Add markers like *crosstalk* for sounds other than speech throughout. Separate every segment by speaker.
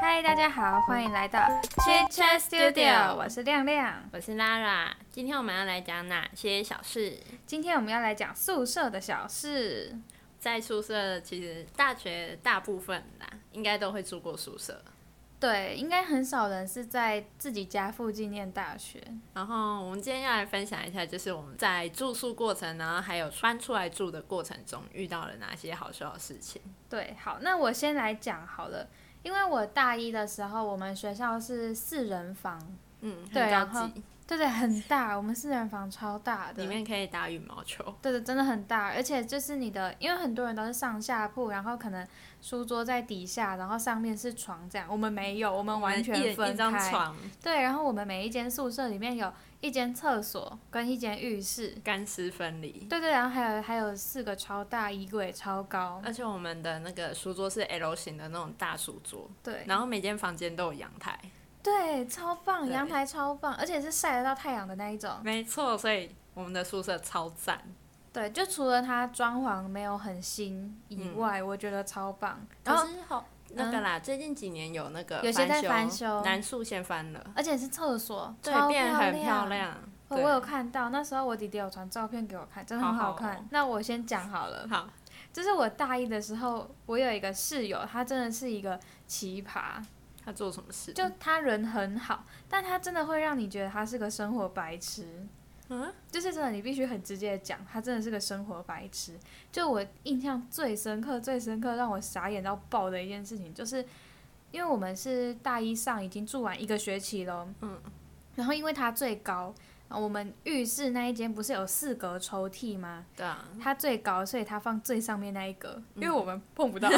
Speaker 1: 嗨，大家好，欢迎来到 Chit Chat Studio，我是亮亮。
Speaker 2: 我是 Lara，今天我们要来讲哪些小事？
Speaker 1: 今天我们要来讲宿舍的小事。
Speaker 2: 在宿舍，其实大学大部分啦，应该都会住过宿舍。
Speaker 1: 对，应该很少人是在自己家附近念大学。
Speaker 2: 然后我们今天要来分享一下，就是我们在住宿过程，然后还有搬出来住的过程中遇到了哪些好笑的事情。
Speaker 1: 对，好，那我先来讲好了，因为我大一的时候，我们学校是四人房，
Speaker 2: 嗯，很
Speaker 1: 对
Speaker 2: 高
Speaker 1: 然后
Speaker 2: 级，
Speaker 1: 对对，很大，我们四人房超大的，
Speaker 2: 里面可以打羽毛球。
Speaker 1: 对的，真的很大，而且就是你的，因为很多人都是上下铺，然后可能书桌在底下，然后上面是床这样。我们没有，我们完
Speaker 2: 一
Speaker 1: 全
Speaker 2: 人
Speaker 1: 分
Speaker 2: 一张
Speaker 1: 开。
Speaker 2: 床，
Speaker 1: 对，然后我们每一间宿舍里面有一间厕所跟一间浴室。
Speaker 2: 干湿分离。
Speaker 1: 对对，然后还有还有四个超大衣柜，超高。
Speaker 2: 而且我们的那个书桌是 L 型的那种大书桌，
Speaker 1: 对
Speaker 2: 然后每间房间都有阳台。
Speaker 1: 对，超棒，
Speaker 2: 对嗯
Speaker 1: 阳台超棒，而且是晒得到太阳的那一种。
Speaker 2: 没错，所以我们的宿舍超赞。
Speaker 1: 对，就除了它装潢没有很新以外，我觉得超棒。然
Speaker 2: 嗯可
Speaker 1: 后嗯
Speaker 2: 是好那个啦，最近几年有那个
Speaker 1: 有些在翻
Speaker 2: 翻
Speaker 1: 修
Speaker 2: 南宿先翻了，
Speaker 1: 而且是厕所，
Speaker 2: 对
Speaker 1: 超，
Speaker 2: 变得很漂亮。
Speaker 1: 我
Speaker 2: 对
Speaker 1: 我有看到，那时候我弟弟有传照片给我看，真的很好看。
Speaker 2: 好好哦
Speaker 1: 那我先讲好了，
Speaker 2: 好，
Speaker 1: 就是我大一的时候，我有一个室友，他真的是一个奇葩，
Speaker 2: 他做什么事？
Speaker 1: 就他人很好，但他真的会让你觉得他是个生活白痴。
Speaker 2: 嗯，
Speaker 1: 就是真的，你必须很直接的讲，他真的是个生活白痴。就我印象最深刻、最深刻让我傻眼到爆的一件事情，就是因为我们是大一上已经住完一个学期喽，
Speaker 2: 嗯，
Speaker 1: 然后因为他最高，然后我们浴室那一间不是有四格抽屉吗？
Speaker 2: 对啊， *laughs*
Speaker 1: 他最高，所以他放最上面那一格，因
Speaker 2: 嗯
Speaker 1: 为我们碰
Speaker 2: *laughs*
Speaker 1: 不到。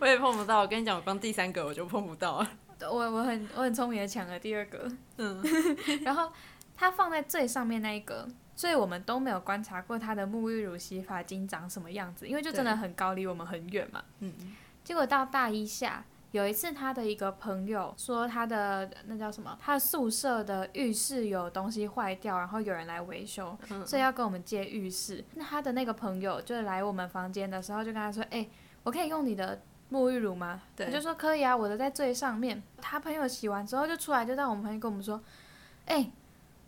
Speaker 2: 我也碰不到。我跟你讲，我刚第三个我就碰不到了。
Speaker 1: 我我很我很聪明的抢了第二格，
Speaker 2: 嗯，
Speaker 1: *laughs* 然后他放在最上面那一格，所以我们都没有观察过他的沐浴乳、洗发精长什么样子，因为就真的
Speaker 2: 对
Speaker 1: 很高，离我们很远嘛。
Speaker 2: 嗯，
Speaker 1: 结果到大一下，有一次他的一个朋友说他的那叫什么，他的宿舍的浴室有东西坏掉，然后有人来维修，
Speaker 2: 嗯
Speaker 1: 所以要跟我们借浴室。那他的那个朋友就来我们房间的时候，就跟他说：“哎、我可以用你的。”沐浴乳吗？
Speaker 2: 对
Speaker 1: 他就说可以啊，我的在最上面。他朋友洗完之后就出来，就让我们朋友跟我们说：“哎、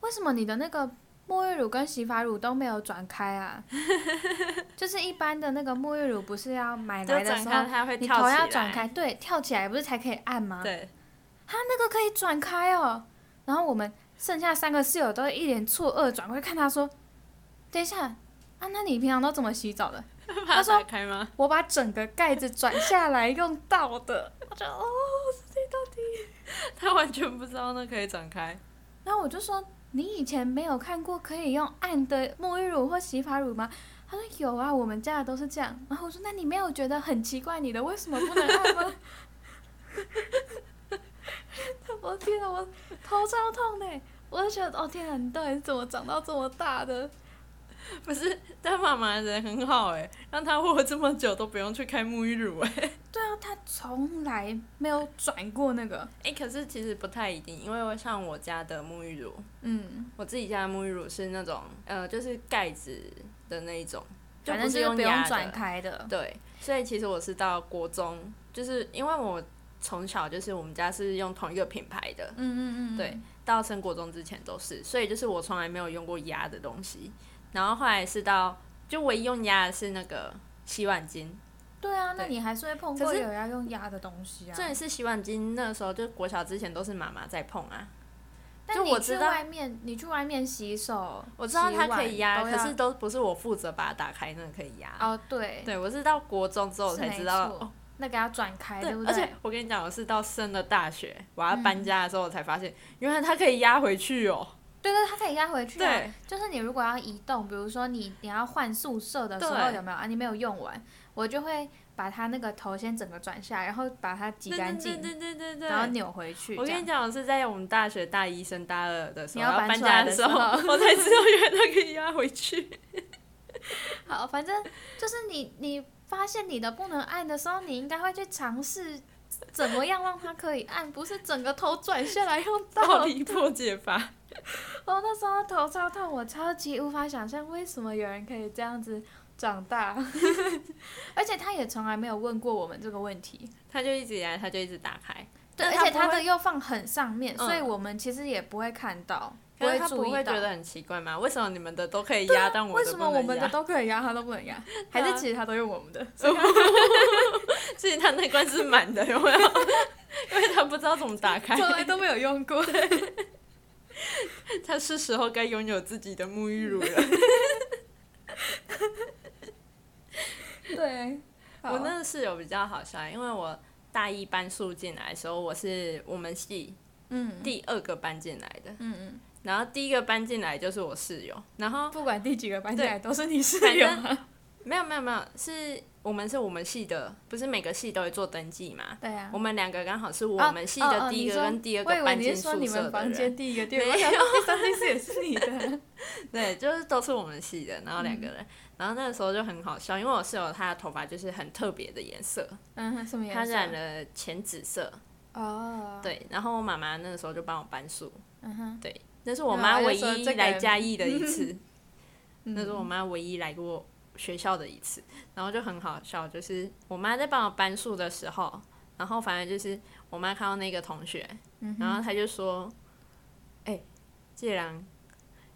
Speaker 1: 为什么你的那个沐浴乳跟洗发乳都没有转开啊？ *laughs* 就是一般的那个沐浴乳不是要买
Speaker 2: 就
Speaker 1: 来的
Speaker 2: 转
Speaker 1: 时
Speaker 2: 开
Speaker 1: 候，
Speaker 2: 它会
Speaker 1: 你
Speaker 2: 跳
Speaker 1: 头
Speaker 2: 起
Speaker 1: 要
Speaker 2: 来。
Speaker 1: 转开，对，跳起来不是才可以按吗？
Speaker 2: 对，
Speaker 1: 它那个可以转开哦。然后我们剩下三个室友都一脸错愕转过去看他说：“等一下，啊，那你平常都怎么洗澡的？”
Speaker 2: 把它
Speaker 1: 说
Speaker 2: 打开吗？ *laughs*
Speaker 1: 我把整个盖子转下来用倒
Speaker 2: *laughs*
Speaker 1: 的。我就哦，
Speaker 2: 他完全不知道那可以转开。
Speaker 1: 然后我就说：“你以前没有看过可以用按的沐浴乳或洗发乳吗？”他说：“有啊，我们家的都是这样。”然后我说：“那你没有觉得很奇怪，你的为什么不能按吗？” *laughs* 我天啊，我头超痛的，我就觉得哦天啊，你到底是怎么长到这么大的？
Speaker 2: 不是，但妈妈人很好哎、让他活这么久都不用去开沐浴乳
Speaker 1: *laughs*
Speaker 2: 哎、
Speaker 1: 对啊，他从来没有转过那个，
Speaker 2: 哎、可是其实不太一定，因为像我家的沐浴乳，
Speaker 1: 嗯，
Speaker 2: 我自己家的沐浴乳是那种呃，就是盖子的那一种，
Speaker 1: 反
Speaker 2: 不
Speaker 1: 正
Speaker 2: 是
Speaker 1: 就是不用
Speaker 2: 压的
Speaker 1: 转。开的，
Speaker 2: 对，所以其实我是到国中，就是因为我从小就是我们家是用同一个品牌的，
Speaker 1: 嗯嗯嗯，
Speaker 2: 对，到升国中之前都是，所以就是我从来没有用过压的东西。然后后来是到，就唯一用压的是那个洗碗巾，
Speaker 1: 对啊，那
Speaker 2: 对
Speaker 1: 你还是会碰
Speaker 2: 可
Speaker 1: 过
Speaker 2: 是
Speaker 1: 有人要用压的东西啊。
Speaker 2: 这也是洗碗巾。那时候就国小之前都是妈妈在碰啊，
Speaker 1: 但
Speaker 2: 就
Speaker 1: 你
Speaker 2: 我
Speaker 1: 去
Speaker 2: 知道
Speaker 1: 外面，你去外面洗手，
Speaker 2: 我知道它可以压，
Speaker 1: 洗碗都
Speaker 2: 可
Speaker 1: 要
Speaker 2: 是都不是我负责把它打开，那个可以压。
Speaker 1: 哦，对，
Speaker 2: 对，我是到国中之后
Speaker 1: 是
Speaker 2: 才
Speaker 1: 没
Speaker 2: 知道，
Speaker 1: 错
Speaker 2: 哦，
Speaker 1: 那个要转开，
Speaker 2: 对
Speaker 1: 不，
Speaker 2: 而
Speaker 1: 对？
Speaker 2: 且我跟你讲，我是到升了大学，我要搬家的时候，我才发现、原来它可以压回去哦。
Speaker 1: 对对，它可以压回去、啊。
Speaker 2: 对，
Speaker 1: 就是你如果要移动，比如说你你要换宿舍的时候，
Speaker 2: 对
Speaker 1: 有没有啊？你没有用完，我就会把它那个头先整个转下来，然后把它挤
Speaker 2: 对
Speaker 1: 干
Speaker 2: 对
Speaker 1: 净，
Speaker 2: 对对对对。
Speaker 1: 然后扭回去。
Speaker 2: 我
Speaker 1: 这
Speaker 2: 跟
Speaker 1: 样
Speaker 2: 你讲，我是在我们大学大一升大二的时
Speaker 1: 你
Speaker 2: 候
Speaker 1: 要搬
Speaker 2: 搬
Speaker 1: 出来
Speaker 2: 家
Speaker 1: 的
Speaker 2: 时
Speaker 1: 时候
Speaker 2: 我才知道原来它可以压回去。 *laughs*
Speaker 1: 好，反正就是你你发现你的不能按的时候，你应该会去尝试怎么样让它可以按，不是整个头转下来用
Speaker 2: 道
Speaker 1: 倒
Speaker 2: 理破解 *laughs* 法，
Speaker 1: 我哦那时候头超痛，我超级无法想象为什么有人可以这样子长大， *laughs* 而且他也从来没有问过我们这个问题。
Speaker 2: 他就一直压，他就一直打开。
Speaker 1: 对，
Speaker 2: 但
Speaker 1: 而
Speaker 2: 它
Speaker 1: 且
Speaker 2: 不
Speaker 1: 它的
Speaker 2: 会
Speaker 1: 又放很上面，
Speaker 2: 嗯
Speaker 1: 所以我们其实也不会看到，
Speaker 2: 可是
Speaker 1: 会
Speaker 2: 他不
Speaker 1: 注
Speaker 2: 会
Speaker 1: 意到
Speaker 2: 觉。得很奇怪吗？为什么你们的都可以压，但我
Speaker 1: 为
Speaker 2: 的
Speaker 1: 什
Speaker 2: 不
Speaker 1: 么我
Speaker 2: 能
Speaker 1: 们的
Speaker 2: 压？ *laughs*
Speaker 1: 都可以压，它都不能压？还是其实它都用我们的？
Speaker 2: 其实他那罐是满的，有没 *laughs* 有？因为他不知道怎么打 *laughs* 开，
Speaker 1: 从来都没有用
Speaker 2: *laughs*
Speaker 1: 过。
Speaker 2: 他是时候该拥有自己的沐浴乳了。
Speaker 1: 对，
Speaker 2: 我
Speaker 1: 好
Speaker 2: 那个室友比较好笑，因为我大一搬宿进来的时候，我是我们系
Speaker 1: 嗯
Speaker 2: 第二个搬进来的，
Speaker 1: 嗯嗯，
Speaker 2: 然后第一个搬进来就是我室友，然后
Speaker 1: 不管第几个搬进来都是你室
Speaker 2: 反
Speaker 1: 友
Speaker 2: 正
Speaker 1: 啊。
Speaker 2: 没有没有没有，是我们是我们系的，不是每个系都会做登记嘛？
Speaker 1: 对啊
Speaker 2: 我，们两个刚好是我
Speaker 1: 哦
Speaker 2: 们系
Speaker 1: 哦
Speaker 2: 的
Speaker 1: 哦
Speaker 2: 第一
Speaker 1: 你
Speaker 2: 个
Speaker 1: 说
Speaker 2: 跟第二
Speaker 1: 我以
Speaker 2: 个
Speaker 1: 为
Speaker 2: 搬
Speaker 1: 你
Speaker 2: 进
Speaker 1: 是说
Speaker 2: 宿
Speaker 1: 你
Speaker 2: 舍
Speaker 1: 们
Speaker 2: 的
Speaker 1: 房
Speaker 2: 人，
Speaker 1: 间第一个、第二个，我
Speaker 2: 没
Speaker 1: 想说第三、第四也是你
Speaker 2: *laughs*
Speaker 1: 的。
Speaker 2: 对，就是都是我们系的，然后两个人，
Speaker 1: 嗯
Speaker 2: 然后那个时候就很好笑，因为我室友她的头发就是很特别的颜色，
Speaker 1: 嗯，什么颜色？
Speaker 2: 她染了浅紫色，
Speaker 1: 哦，，
Speaker 2: 对，然后我妈妈那个时候就帮我搬宿，
Speaker 1: 嗯哼，
Speaker 2: 对，那是我
Speaker 1: 对啊
Speaker 2: 妈
Speaker 1: 就
Speaker 2: 唯
Speaker 1: 说
Speaker 2: 一
Speaker 1: 这个
Speaker 2: 来
Speaker 1: 人
Speaker 2: 嘉义的一次，那
Speaker 1: *laughs* 嗯
Speaker 2: 是我妈唯一来过学校的一次，然后就很好笑，就是我妈在帮我搬书的时候，然后反正就是我妈看到那个同学，
Speaker 1: 嗯
Speaker 2: 然后她就说：“哎、既然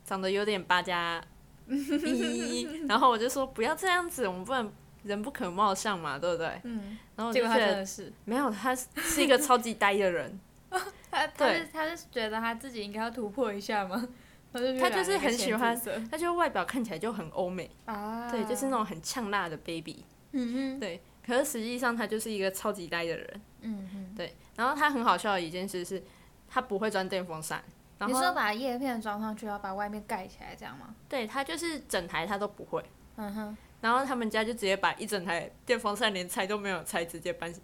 Speaker 2: 长得有点八加
Speaker 1: *laughs*
Speaker 2: 一，然后我就说：“不要这样子，我们不能人不可貌相嘛，对不对
Speaker 1: 嗯，？”
Speaker 2: 然后我
Speaker 1: 结
Speaker 2: 就
Speaker 1: 果
Speaker 2: 觉
Speaker 1: 他真
Speaker 2: 得
Speaker 1: 的是，
Speaker 2: 没有，他是是一个超级呆的人，
Speaker 1: 他他
Speaker 2: 对
Speaker 1: 是他是觉得他自己应该要突破一下吗？他就去
Speaker 2: 他就
Speaker 1: 染
Speaker 2: 是
Speaker 1: 了一个
Speaker 2: 很
Speaker 1: 浅
Speaker 2: 喜欢
Speaker 1: 紫色
Speaker 2: 他就外表看起来就很欧
Speaker 1: *laughs*
Speaker 2: 美，
Speaker 1: 啊，
Speaker 2: 对，就是那种很呛辣的 baby，
Speaker 1: 嗯哼
Speaker 2: 对，可是实际上他就是一个超级呆的人。
Speaker 1: 嗯哼。
Speaker 2: 对，然后他很好笑的一件事是，他不会装电风扇。然
Speaker 1: 你说
Speaker 2: 后
Speaker 1: 把叶片装上去，要把外面盖起来，这样吗？
Speaker 2: 对他就是整台他都不会，
Speaker 1: 嗯哼，
Speaker 2: 然后他们家就直接把一整台电风扇连拆都没有拆，直接搬。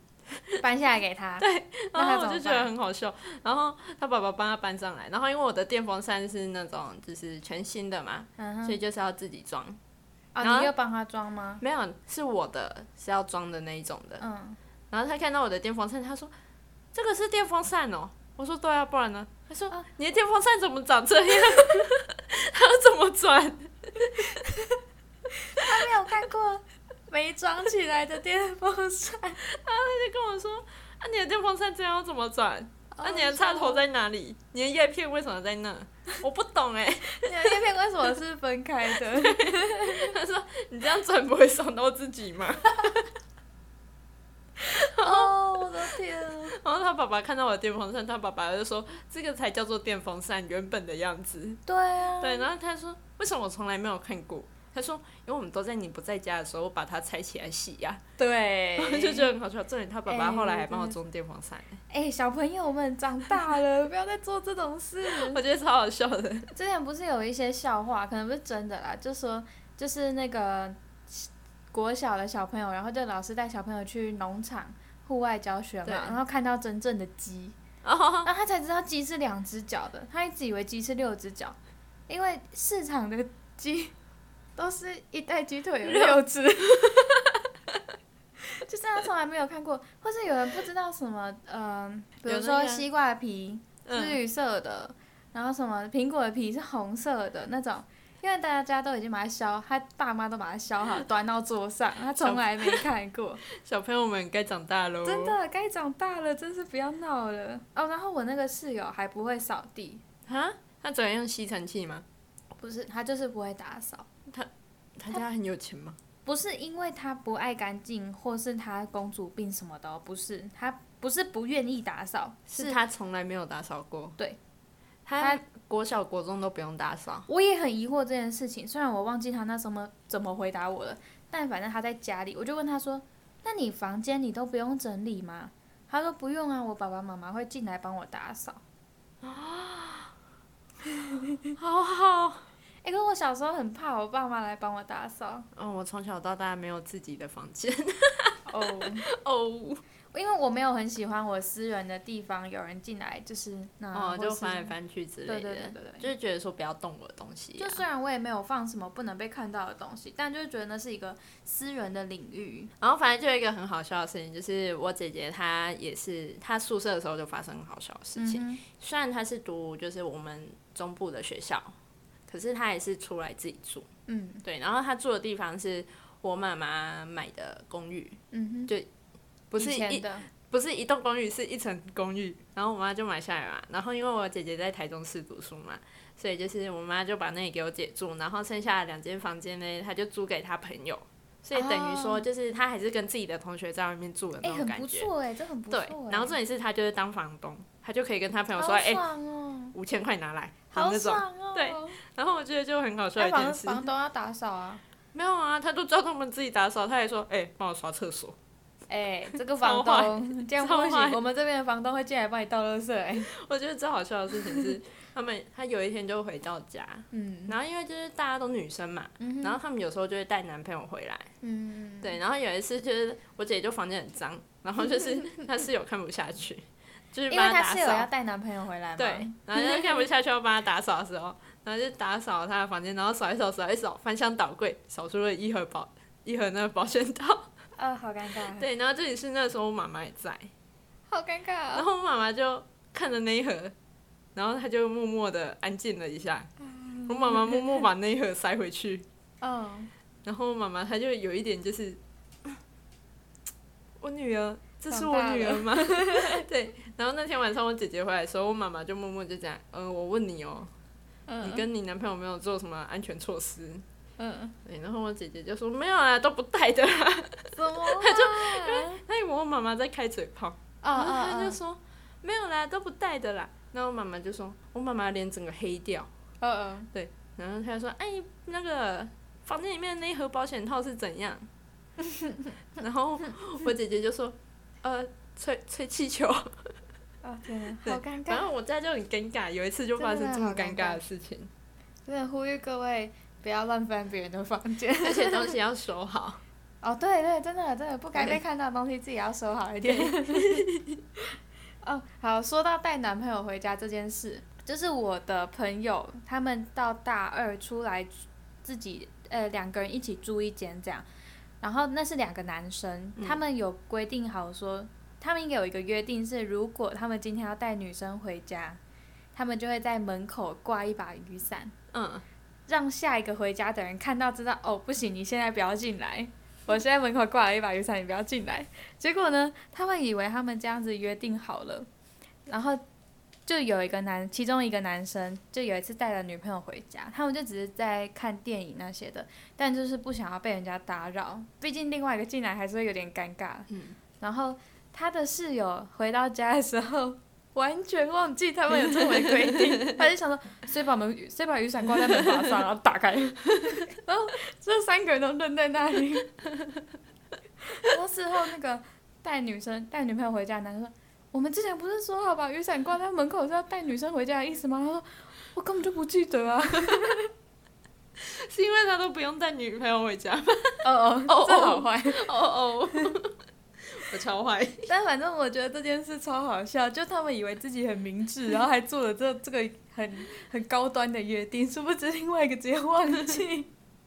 Speaker 1: 搬下来给
Speaker 2: *laughs*
Speaker 1: 他。对，那
Speaker 2: 然
Speaker 1: 他
Speaker 2: 后
Speaker 1: 怎
Speaker 2: 我
Speaker 1: 么
Speaker 2: 就觉得很好笑。然后他爸爸帮他搬上来，然后因为我的电风扇是那种就是全新的嘛，
Speaker 1: 嗯
Speaker 2: 所
Speaker 1: 哼，
Speaker 2: 以就是要自己装。然
Speaker 1: 啊，
Speaker 2: 后
Speaker 1: 你又帮他装吗？
Speaker 2: 没有，是我的是要装的那一种的。
Speaker 1: 嗯，
Speaker 2: 然后他看到我的电风扇，他说：“这个是电风扇哦。”我说：“对啊，不然呢？”他说：“
Speaker 1: 啊
Speaker 2: 你的电风扇怎么长这样？ *laughs* 他要怎么转？”
Speaker 1: 他没有看过没装起来的电风
Speaker 2: *laughs*
Speaker 1: 扇。
Speaker 2: 就跟我说：“啊，你的电风扇这样要怎么转？啊，你的
Speaker 1: 插
Speaker 2: 插头，在哪里？你的叶片为什么在那？我不懂哎、
Speaker 1: 你的叶片为什么是分开
Speaker 2: *laughs*
Speaker 1: 的？
Speaker 2: 你这样转不会伤到自己吗
Speaker 1: 哦，我的天啊！？”
Speaker 2: *laughs* 然后他爸爸看到我的电风扇，他爸爸就说：“这个才叫做电风扇原本的样子。
Speaker 1: 对啊，”
Speaker 2: 对，然后他说：“为什么我从来没有看过？”他说：“因为我们都在你不在家的时候，我把它拆起来洗呀、
Speaker 1: 对
Speaker 2: 我 *laughs* 就觉得很好笑。重点他爸爸
Speaker 1: 哎
Speaker 2: 后来还帮我
Speaker 1: 真的
Speaker 2: 装电风扇、欸，
Speaker 1: 哎、小朋友们长大了，不 *laughs* 要再做这种事。
Speaker 2: 我觉得超好笑的。
Speaker 1: 之前不是有一些笑话，可能不是真的啦，就说就是那个国小的小朋友，然后就老师带小朋友去农场户外教学嘛，
Speaker 2: 对
Speaker 1: 然后看到真正的鸡，
Speaker 2: 然后
Speaker 1: 然后啊他才知道鸡是两只脚的，他一直以为鸡是六只脚，因为市场的鸡 *laughs* 都是一袋鸡腿有六只， *laughs* 就是他从来没有看过，或是有人不知道什么，嗯、比
Speaker 2: 有
Speaker 1: 如
Speaker 2: 那
Speaker 1: 说
Speaker 2: 个
Speaker 1: 西瓜皮是
Speaker 2: 嗯，
Speaker 1: 绿色的，然后什么苹果的皮是红色的那种。因为大家都已经把它削，他爸妈都把它削好端到桌上，他从来没看过。
Speaker 2: 小朋友们该长大哦喽。
Speaker 1: 真的该长大了，真是不要闹了哦。然后我那个室友还不会扫地，
Speaker 2: 啊？他只能用吸尘器吗？
Speaker 1: 不是他就是不会打扫，
Speaker 2: 他家很有钱吗？
Speaker 1: 不是因为他不爱干净，或是他公主病什么的哦，不是他不是不愿意打扫，
Speaker 2: 是他从来没有打扫过。
Speaker 1: 对，
Speaker 2: 他
Speaker 1: 他
Speaker 2: 国小国中都不用打扫。
Speaker 1: 我也很疑惑这件事情。虽然我忘记他那什么怎么回答我了，但反正他在家里，我就问他说：“那你房间你都不用整理吗？”他说：“不用啊，我爸爸妈妈会进来帮我打
Speaker 2: *laughs*
Speaker 1: 扫。”
Speaker 2: 好好。
Speaker 1: 哎、可我小时候很怕我爸妈来帮我打扫
Speaker 2: 嗯，我从小到大没有自己的房间。
Speaker 1: *laughs* 哦。
Speaker 2: 哦
Speaker 1: 因为我没有很喜欢我私人的地方有人进来，就是那、
Speaker 2: *laughs* 哦，
Speaker 1: 啊或
Speaker 2: 就是翻来翻去之类的，
Speaker 1: 对对对对对
Speaker 2: 就是觉得说不要动我的东西、
Speaker 1: 就
Speaker 2: 啊。
Speaker 1: 虽然我也没有放什么不能被看到的东西，但就是觉得那是一个私人的领域。
Speaker 2: 然后反正就有一个很好笑的事情，就是我姐姐她也是，她宿舍的时候就发生很好笑的事情。
Speaker 1: 嗯哼
Speaker 2: 虽然她是读就是我们中部的学校，可是她也是出来自己住。
Speaker 1: 嗯
Speaker 2: 对，然后她住的地方是我妈妈买的公寓，
Speaker 1: 嗯哼，
Speaker 2: 就不是
Speaker 1: 以
Speaker 2: 一
Speaker 1: 前的，
Speaker 2: 不不是一栋公寓，是一层公寓。然后我妈就买下来嘛。然后因为我姐姐在台中市读书嘛，所以就是我妈就把那里给我姐住，然后剩下的两间房间呢，她就租给她朋友。所以等于说，
Speaker 1: 哦
Speaker 2: 就是她还是跟自己的同学在外面住的
Speaker 1: 哎、
Speaker 2: 那种
Speaker 1: 很
Speaker 2: 感
Speaker 1: 不
Speaker 2: 觉。
Speaker 1: 错哎、这很不错、
Speaker 2: 对
Speaker 1: 哎，
Speaker 2: 然后重点是她就是当房东，她就可以跟她朋友说：“
Speaker 1: 好
Speaker 2: 哎、
Speaker 1: 爽哦、
Speaker 2: 五千块拿来。”
Speaker 1: 好
Speaker 2: 那种。
Speaker 1: 爽哦、
Speaker 2: 对然后我觉得就很好笑
Speaker 1: 那
Speaker 2: 一件
Speaker 1: 哎房
Speaker 2: 事，
Speaker 1: 房东要打扫
Speaker 2: *laughs*
Speaker 1: 啊，
Speaker 2: 没有啊，她都叫他们自己打扫，她还说：“哎、帮我刷厕所。” *laughs*
Speaker 1: 哎、这个房
Speaker 2: 超坏 *laughs*
Speaker 1: 东这样
Speaker 2: 超
Speaker 1: 不
Speaker 2: 坏
Speaker 1: 行，我们这边的房东会进来帮你倒垃圾、
Speaker 2: *laughs*
Speaker 1: 哎，
Speaker 2: 我觉得最好笑的事
Speaker 1: *laughs*
Speaker 2: 情是，他们他有一天就回到家，
Speaker 1: 嗯，
Speaker 2: 然后因为就是大家都女生嘛，
Speaker 1: 嗯
Speaker 2: 然
Speaker 1: 哼
Speaker 2: 后他们有时候就会带男朋友回来，
Speaker 1: 嗯，
Speaker 2: 对，然后有一次就是我姐就房间很脏，然后就是
Speaker 1: *laughs*
Speaker 2: 她室友看不下去，就是
Speaker 1: 因为
Speaker 2: 帮
Speaker 1: 他
Speaker 2: 打
Speaker 1: 室友要
Speaker 2: 扫，
Speaker 1: 带男朋友回来嘛，
Speaker 2: 对，然后就是看不下去要帮她打扫的时候，然后就打扫她的房间，然后扫一扫扫一扫，翻箱倒柜，扫出了一盒保一盒那个保险套，
Speaker 1: 呃，好尴尬，
Speaker 2: 对，然后这里是那时候我妈妈也在，
Speaker 1: 好尴尬
Speaker 2: 然
Speaker 1: 哦、
Speaker 2: 后我妈妈就看着那一盒，然后她就默默的安静了一下。我妈妈默默把那一盒塞回去，
Speaker 1: 嗯，
Speaker 2: 然后妈妈她就有一点就是，我女儿，这是
Speaker 1: 长
Speaker 2: 我
Speaker 1: 大
Speaker 2: 女儿
Speaker 1: 了
Speaker 2: 吗？ *laughs* 对。然后那天晚上我姐姐回来的时候，我妈妈就默默就讲，嗯、我问你哦、
Speaker 1: 嗯，
Speaker 2: 你跟你男朋友没有做什么安全措施？ *laughs*
Speaker 1: 嗯，
Speaker 2: 对，然后我姐姐就说没有啊，都不带的 *laughs* 啦。
Speaker 1: 怎么啊他就
Speaker 2: 她以为我妈妈在开嘴炮。
Speaker 1: 啊
Speaker 2: 然后
Speaker 1: 啊
Speaker 2: 他就说没有啦，都不带的啦。然后我妈妈就说，我妈妈脸整个黑掉。
Speaker 1: 嗯
Speaker 2: 然后他就说，哎，那个房间里面那一盒保险套是怎样？ *laughs* 然后我姐姐就说，呃，吹吹气球。
Speaker 1: 嗯，啊天哪，
Speaker 2: *laughs* 对
Speaker 1: 好尴
Speaker 2: 反
Speaker 1: 尬，
Speaker 2: 正我家就很尴尬，有一次就发生这么尴
Speaker 1: 真的
Speaker 2: 尬
Speaker 1: 好
Speaker 2: 的
Speaker 1: 尴
Speaker 2: 事情，
Speaker 1: 真的呼吁各位不要乱翻别人的房间。
Speaker 2: *laughs* 而且东西要收好。
Speaker 1: 哦，对对，真的真的不该
Speaker 2: 对
Speaker 1: 被看到的东西，自己要收好一点。哦，好，说到带男朋友回家这件事，就是我的朋友他们到大二出来自己呃两个人一起住一间这样，然后那是两个男生，
Speaker 2: 嗯
Speaker 1: 他们有规定好说，他们应该有一个约定是，如果他们今天要带女生回家，他们就会在门口挂一把雨伞。
Speaker 2: 嗯，
Speaker 1: 让下一个回家的人看到，知道哦，不行，你现在不要进来。我现在门口挂了一把雨伞，你不要进来。结果呢，他们以为他们这样子约定好了，然后就有一个男，其中一个男生就有一次带了女朋友回家，他们就只是在看电影那些的，但就是不想要被人家打扰，毕竟另外一个进来还是会有点尴尬。
Speaker 2: 嗯，
Speaker 1: 然后他的室友回到家的时候， *laughs* 完全忘记他们有这么规定，他就想说，谁把门谁把雨伞挂在门把上，然后打 *laughs* 开，然后这三个人都愣在那里。然后事后那个带女生带女朋友回家的男生说，我们之前不是说好把雨伞挂在门口是要带女生回家的意思吗？他说。我根本就不记得啊！
Speaker 2: 是因为他都不用带女朋友回家吗？
Speaker 1: *laughs* 哦哦
Speaker 2: 哦
Speaker 1: 这好坏。
Speaker 2: *laughs* 哦哦， *laughs* 我超坏。
Speaker 1: 但反正我觉得这件事超好笑，就他们以为自己很明智，然后还做了这这个很很高端的约定，殊不知另外一个直接忘记。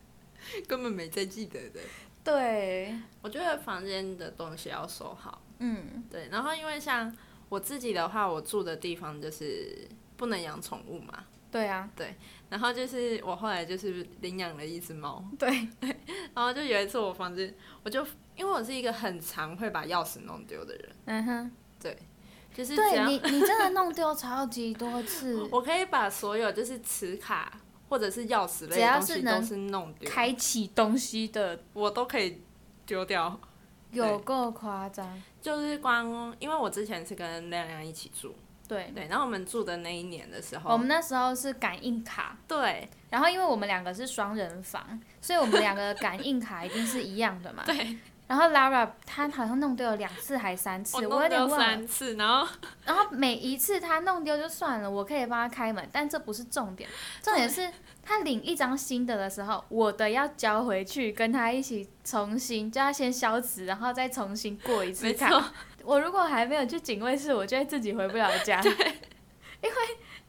Speaker 2: *laughs* 根本没再记得的。
Speaker 1: *laughs* 对，
Speaker 2: 我觉得房间的东西要收好，
Speaker 1: 嗯
Speaker 2: 对。然后因为像我自己的话，我住的地方就是不能养宠物嘛，，
Speaker 1: 对啊，
Speaker 2: 然后就是我后来就是领养了一只猫，
Speaker 1: 对，
Speaker 2: 然后就有一次我房间，我就因为我是一个很常会把钥匙弄丢的人，
Speaker 1: 嗯哼，
Speaker 2: 对，就是只
Speaker 1: 对
Speaker 2: 要
Speaker 1: 你你真的弄丢超级多次，
Speaker 2: *laughs* 我可以把所有就是磁卡或者是钥匙
Speaker 1: 只
Speaker 2: 类的
Speaker 1: 要
Speaker 2: 东西
Speaker 1: 是能
Speaker 2: 都是弄丢，
Speaker 1: 开启东西的
Speaker 2: 我都可以丢掉。
Speaker 1: 有够夸张，
Speaker 2: 就是光，因为我之前是跟亮亮一起住，
Speaker 1: 对。
Speaker 2: 对，然后我们住的那一年的时候，
Speaker 1: 我们那时候是感应卡，
Speaker 2: 对
Speaker 1: 然后因为我们两个是双人房，所以我们两个的感应卡一定是一样的嘛。
Speaker 2: *laughs* 对，
Speaker 1: 然后 Lara 她好像弄丢了两次还三次，我
Speaker 2: 弄
Speaker 1: 有点
Speaker 2: 丢
Speaker 1: 忘了。
Speaker 2: 三次，然后
Speaker 1: 然后每一次他弄丢就算了，我可以帮他开门，但这不是重 *laughs* 点，重点是他领一张新的的时候，我的要交回去，跟他一起重新，就要先消磁，然后再重新过一次
Speaker 2: 没
Speaker 1: 卡。
Speaker 2: 错，
Speaker 1: 我如果还没有去警卫室，我就会自己回不了 *laughs* 家，因为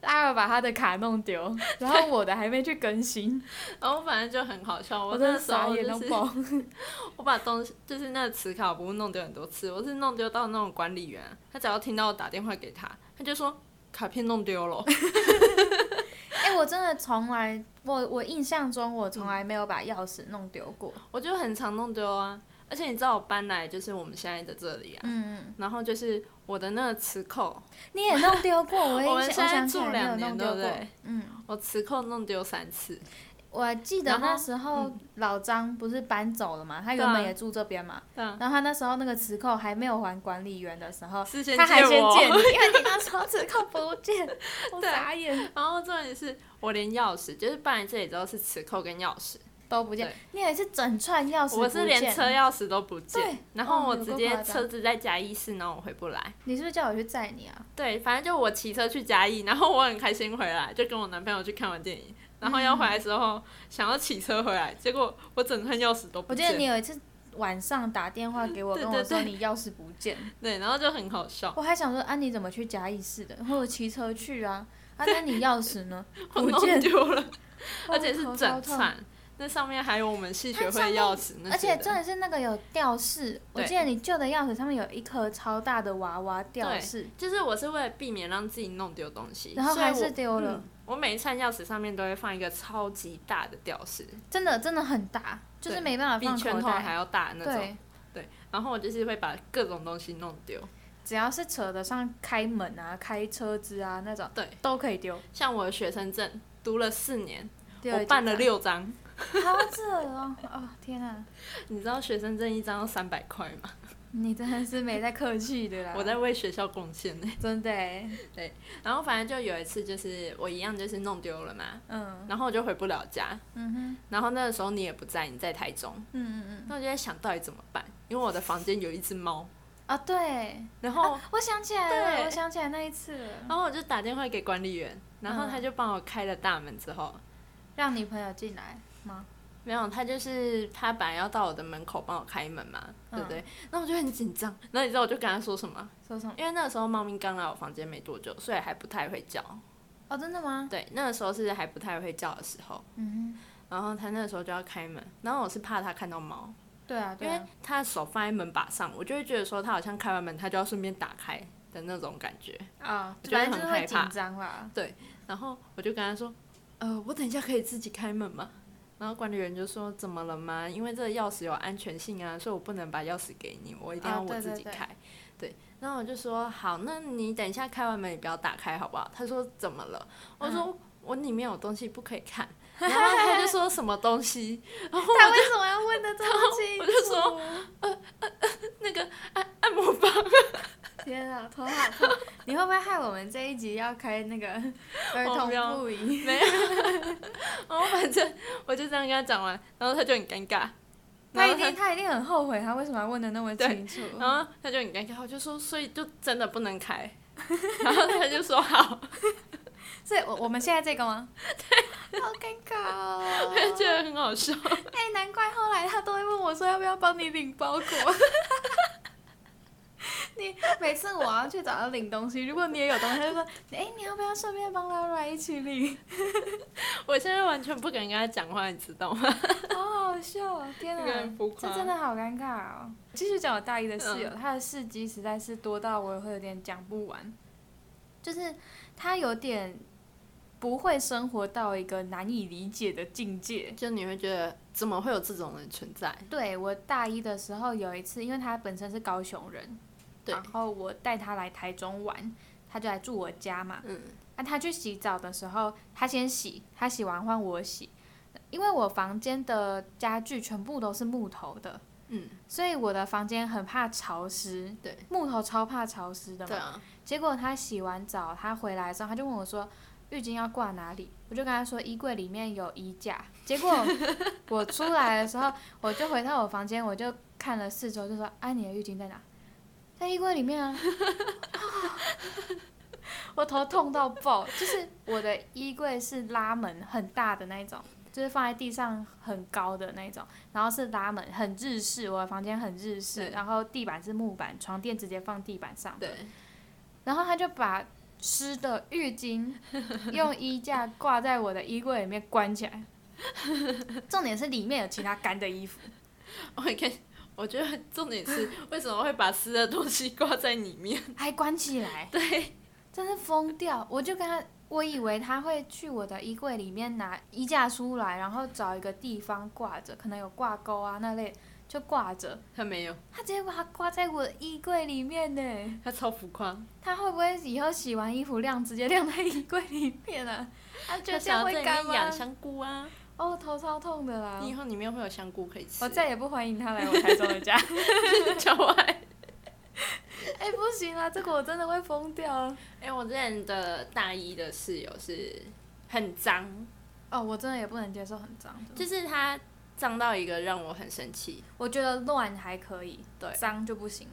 Speaker 1: 拉尔把他的卡弄丢，然后我的还没去更新，
Speaker 2: 然后反正就很好
Speaker 1: *laughs*
Speaker 2: 笑。
Speaker 1: 我真
Speaker 2: 那
Speaker 1: 的
Speaker 2: 时
Speaker 1: 傻
Speaker 2: 候
Speaker 1: 眼
Speaker 2: 就
Speaker 1: 到 *laughs*
Speaker 2: 是 *laughs*
Speaker 1: 爆。
Speaker 2: 我把东西，就是那个磁卡，我不是弄丢很多次，我是弄丢到那种管理员啊，他只要听到我打电话给他，他就说卡片弄丢了。 *laughs*
Speaker 1: 哎、我真的从嗯来，我我印象中我从来没有把钥匙弄丢过。
Speaker 2: 我就很常弄丢啊。而且你知道我搬来就是我们现在的这里啊，
Speaker 1: 嗯，
Speaker 2: 然后就是我的那个磁扣，
Speaker 1: 你也弄丢
Speaker 2: *laughs*
Speaker 1: 过，我也
Speaker 2: 我们
Speaker 1: 想
Speaker 2: 现在
Speaker 1: 想起
Speaker 2: 住
Speaker 1: 来你有
Speaker 2: 两年
Speaker 1: 弄丢
Speaker 2: 对不
Speaker 1: 过
Speaker 2: 对，
Speaker 1: 嗯，
Speaker 2: 我磁扣弄丢三次，
Speaker 1: 我还记得
Speaker 2: 然后嗯
Speaker 1: 那时候老张不是搬走了嘛，他原
Speaker 2: 对啊
Speaker 1: 本也住这边嘛，
Speaker 2: 嗯，
Speaker 1: 然后他那时候那个磁扣还没有还管理员的时候，
Speaker 2: 是先
Speaker 1: 他还
Speaker 2: 借
Speaker 1: 先借
Speaker 2: 我
Speaker 1: 你，
Speaker 2: *laughs*
Speaker 1: 因为你那时候磁扣不见，我
Speaker 2: 对
Speaker 1: 傻眼，
Speaker 2: 然后重点是我连钥匙，就是搬来这里之后是磁扣跟钥匙，
Speaker 1: 都不见
Speaker 2: 对，
Speaker 1: 你也是整串钥匙
Speaker 2: 我是
Speaker 1: 不
Speaker 2: 连
Speaker 1: 见
Speaker 2: 车钥匙都不
Speaker 1: 对
Speaker 2: 见，然
Speaker 1: 哦
Speaker 2: 后我
Speaker 1: 有
Speaker 2: 直
Speaker 1: 够夸
Speaker 2: 接
Speaker 1: 张
Speaker 2: 车子在嘉义市，然后我回不来。
Speaker 1: 你是不是叫我去载你啊？
Speaker 2: 对，反正就我骑车去嘉义，然后我很开心回来，就跟我男朋友去看完电影，然后要回来的时候、想要骑车回来，结果我整串钥匙都不
Speaker 1: 我记
Speaker 2: 见
Speaker 1: 得你有一次晚上打电话给我，
Speaker 2: 对
Speaker 1: 跟我
Speaker 2: 对
Speaker 1: 说
Speaker 2: 对
Speaker 1: 你钥匙不见，
Speaker 2: 对，然后就很好笑，
Speaker 1: 我还想说啊，你怎么去嘉义市的？我有骑车去啊，啊，那你钥匙呢？
Speaker 2: 我
Speaker 1: 不
Speaker 2: 弄
Speaker 1: 见，
Speaker 2: 丢了，
Speaker 1: 哦
Speaker 2: *laughs* 而且是
Speaker 1: 头超
Speaker 2: 整
Speaker 1: 痛
Speaker 2: 串，那上面还有我们系学
Speaker 1: 它上
Speaker 2: 会
Speaker 1: 面
Speaker 2: 钥匙那
Speaker 1: 而
Speaker 2: 些
Speaker 1: 且
Speaker 2: 的
Speaker 1: 真的是那个有吊饰，我
Speaker 2: 对
Speaker 1: 记得你旧的钥匙上面有一颗超大的娃娃吊饰，
Speaker 2: 就是我是为了避免让自己弄丢东西，
Speaker 1: 然后
Speaker 2: 所以
Speaker 1: 还
Speaker 2: 我
Speaker 1: 是丢了，
Speaker 2: 嗯我每一串钥匙上面都会放一个超级大的吊饰，
Speaker 1: 真的真的很大，就是
Speaker 2: 对
Speaker 1: 没办法
Speaker 2: 比
Speaker 1: 放
Speaker 2: 拳
Speaker 1: 口
Speaker 2: 头还
Speaker 1: 袋。
Speaker 2: 要大那种。
Speaker 1: 对，
Speaker 2: 然后我就是会把各种东西弄丢，
Speaker 1: 只要是扯得上开门啊、开车子啊那种，
Speaker 2: 对，
Speaker 1: 都可以丢。
Speaker 2: 像我的学生证读了四年，
Speaker 1: 丢
Speaker 2: 我办了，六张。
Speaker 1: 好扯哦！ *laughs* 哦天啊，
Speaker 2: 你知道学生证一张要三百块吗？
Speaker 1: 你真的是没在客气的啦。
Speaker 2: 我在为学校贡献呢。
Speaker 1: 真的欸，
Speaker 2: 然后反正就有一次，就是我一样就是弄丢了嘛，
Speaker 1: 嗯
Speaker 2: 然后我就回不了家。
Speaker 1: 嗯哼，
Speaker 2: 然后那个时候你也不在，你在台中，
Speaker 1: 嗯嗯嗯，
Speaker 2: 那我就在想到底怎么办，因为我的房间有一只猫。
Speaker 1: 啊对，啊 *laughs*
Speaker 2: 然后
Speaker 1: 我想起来了，
Speaker 2: 哦对
Speaker 1: 我想起来那一次了，
Speaker 2: 然后我就打电话给管理员，然后
Speaker 1: 嗯
Speaker 2: 他就帮我开了大门之后，
Speaker 1: 让你朋友进来吗？
Speaker 2: 没有，他就是他本来要到我的门口帮我开门嘛，
Speaker 1: 嗯
Speaker 2: 对不对？那我就很紧张，然后你知道我就跟他说什么？
Speaker 1: 说什么？
Speaker 2: 因为那个时候猫咪刚来我房间没多久，所以还不太会叫。
Speaker 1: 哦，真的吗？
Speaker 2: 对，那个时候是还不太会叫的时候，
Speaker 1: 嗯
Speaker 2: 然后他那个时候就要开门，然后我是怕他看到猫，
Speaker 1: 哼，对啊，对
Speaker 2: 因为
Speaker 1: 啊，
Speaker 2: 他的手放在门把上，我就会觉得说他好像开完门他就要顺便打开的那种感觉。
Speaker 1: 啊，
Speaker 2: 我觉得
Speaker 1: 反正就是
Speaker 2: 很
Speaker 1: 会
Speaker 2: 害
Speaker 1: 紧
Speaker 2: 怕
Speaker 1: 张啦。
Speaker 2: 然后我就跟他说，呃，我等一下可以自己开门吗？然后管理员就说怎么了吗？因为这个钥匙有安全性啊，所以我不能把钥匙给你，我一定
Speaker 1: 啊
Speaker 2: 要我
Speaker 1: 对
Speaker 2: 自
Speaker 1: 对
Speaker 2: 己
Speaker 1: 对
Speaker 2: 开。对然后我就说好，那你等一下开完门你不要打开好不好？他说怎么了？我说、
Speaker 1: 嗯
Speaker 2: 我里面有东西不可以看。 *laughs* 然后他就说什么东西， *laughs* 然后
Speaker 1: *laughs* 他为什么要问的这么清楚？
Speaker 2: 我就说那个按按摩棒，
Speaker 1: 天啊，头好痛！你会不会害我们这一集要开那个儿
Speaker 2: 我不
Speaker 1: 童
Speaker 2: 要
Speaker 1: 不宜？
Speaker 2: 然后反正我就这样跟他讲完，然后他就很尴尬。
Speaker 1: 他
Speaker 2: 然后
Speaker 1: 一定他一定很后悔，他为什么要问的那么
Speaker 2: 对
Speaker 1: 清楚？
Speaker 2: 然后他就很尴尬，我就说，所以就真的不能开。然后他就说好，
Speaker 1: 所以我我们现在这个吗？对，好尴尬哦
Speaker 2: *laughs* 我。就觉得很好笑。
Speaker 1: 哎、难怪后来他都会问我说要不要帮你领包裹。
Speaker 2: *laughs*
Speaker 1: 你每次我要去找他领东西，如果你也有东西，他就说：“哎、你要不要顺便帮 Lara 一起
Speaker 2: *laughs*
Speaker 1: 领
Speaker 2: *laughs* 我现在完全不敢跟他讲话，你知道吗？？”
Speaker 1: 好好笑哦，天
Speaker 2: 这个很
Speaker 1: 哪！
Speaker 2: 浮
Speaker 1: 这
Speaker 2: 夸。嗯
Speaker 1: 真的好尴尬哦！继续讲我大一的室友，他的事迹实在是多到我会有点讲不完，就是他有点不会生活到一个难以理解的境界。
Speaker 2: 就你会觉得怎么会有这种人存在？
Speaker 1: 对我大一的时候有一次，因为他本身是高雄人，
Speaker 2: 对
Speaker 1: 然后我带他来台中玩，他就来住我家嘛。
Speaker 2: 嗯，
Speaker 1: 那、他去洗澡的时候，他先洗，他洗完换我洗，因为我房间的家具全部都是木头的，
Speaker 2: 嗯，
Speaker 1: 所以我的房间很怕潮湿。
Speaker 2: 对，
Speaker 1: 木头超怕潮湿的嘛。
Speaker 2: 对啊，
Speaker 1: 结果他洗完澡，他回来之后，他就问我说：“浴巾要挂哪里？”我就跟他说：“衣柜里面有衣架。”结果我出来的时候，我就回到我房间，我就看了四周，就说：“哎、你的浴巾在哪？在衣柜里面啊！” *laughs* 我头痛到爆，就是我的衣柜是拉门很大的那一种，就是放在地上很高的那一种，然后是拉门，很日式，我的房间很日式，
Speaker 2: 对
Speaker 1: 然后地板是木板，床垫直接放地板上的。
Speaker 2: 对，
Speaker 1: 然后他就把湿的浴 *laughs* 巾用衣架挂在我的衣柜里面关起来。重点是里面有其他干的衣服，
Speaker 2: 我也看。我觉得重点是为什么会把湿的东西挂在里面？
Speaker 1: 还关起来，
Speaker 2: 对，
Speaker 1: 真是疯掉！我就跟他，我以为他会去我的衣柜里面拿衣架出来，然后找一个地方挂着，可能有挂钩啊那类，就挂着，
Speaker 2: *laughs* 他没有，
Speaker 1: 他直接把它挂在我的衣柜里面呢。
Speaker 2: 他超浮夸，
Speaker 1: 他会不会以后洗完衣服晾直接晾在衣柜里面啊？他觉得
Speaker 2: 他
Speaker 1: 这样
Speaker 2: 想要
Speaker 1: 会
Speaker 2: 在里
Speaker 1: 干
Speaker 2: 面
Speaker 1: 吗
Speaker 2: 养？香菇啊，
Speaker 1: 哦，头超痛的啦
Speaker 2: 你！以后里面会有香菇啊可以吃。
Speaker 1: 我
Speaker 2: *laughs*
Speaker 1: 再也不欢迎他来我台中的家。
Speaker 2: 郊外。
Speaker 1: 哎、不行
Speaker 2: 啊
Speaker 1: 啦，这个我真的会疯掉啊。
Speaker 2: 哎、我之前的大一的室友是很脏，
Speaker 1: 哦，我真的也不能接受很脏的。
Speaker 2: 就是他脏到一个让我很生气。
Speaker 1: 我觉得乱还可以，
Speaker 2: 对
Speaker 1: 脏就不行。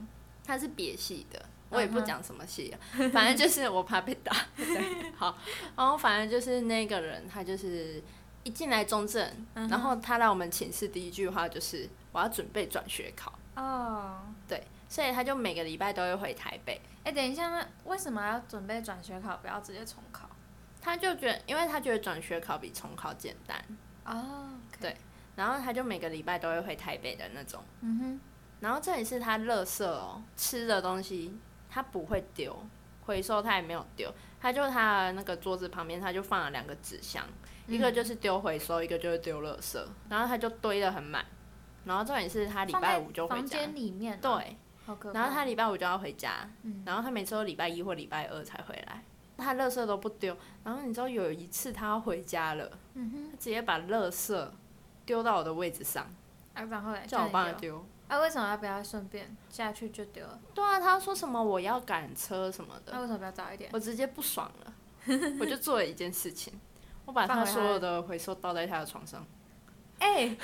Speaker 2: 他是别系的，我也不
Speaker 1: 嗯哼
Speaker 2: 讲什么系啊，反正就是我怕被
Speaker 1: *laughs*
Speaker 2: 打。对好，然后反正就是那个人，他就是一进来中正，
Speaker 1: 嗯哼
Speaker 2: 然后他来我们寝室第一句话就是我要准备转学考，
Speaker 1: 哦，
Speaker 2: 对，所以他就每个礼拜都会回台北。
Speaker 1: 哎、等一下，那为什么要准备转学考，不要直接重考？
Speaker 2: 他就觉得，因为他觉得转学考比重考简单，
Speaker 1: 哦，
Speaker 2: 对然后他就每个礼拜都会回台北的那种。
Speaker 1: 嗯哼，
Speaker 2: 然后这里是他垃圾哦，吃的东西他不会丢，回收他也没有丢，他就他的那个桌子旁边他就放了两个纸箱，
Speaker 1: 嗯
Speaker 2: 一个就是丢回收，一个就是丢垃圾，然后他就堆得很满。然后重点是他礼
Speaker 1: 放
Speaker 2: 拜
Speaker 1: 在
Speaker 2: 五就回
Speaker 1: 房
Speaker 2: 家，
Speaker 1: 间里面、啊，，
Speaker 2: 对，
Speaker 1: 好可怕。
Speaker 2: 然后他礼拜五就要回家，
Speaker 1: 嗯
Speaker 2: 然后他每次都礼拜一或礼拜二才回来，他垃圾都不丢。然后你知道有一次他要回家了，
Speaker 1: 嗯哼，
Speaker 2: 他直接把垃圾丢到我的位置上，
Speaker 1: 啊，然后来
Speaker 2: 叫我帮他
Speaker 1: 丢。
Speaker 2: 丢。
Speaker 1: 啊，为什么要不要顺便下去就丢了？
Speaker 2: 对啊，他说什么我要赶车什么
Speaker 1: 那、
Speaker 2: 的，
Speaker 1: 为什么不要早一点？
Speaker 2: 我直接不爽了， *laughs* 我就做了一件事情，我把
Speaker 1: 放
Speaker 2: 他
Speaker 1: 回
Speaker 2: 所
Speaker 1: 他
Speaker 2: 有的回收倒在他的床上。
Speaker 1: 哎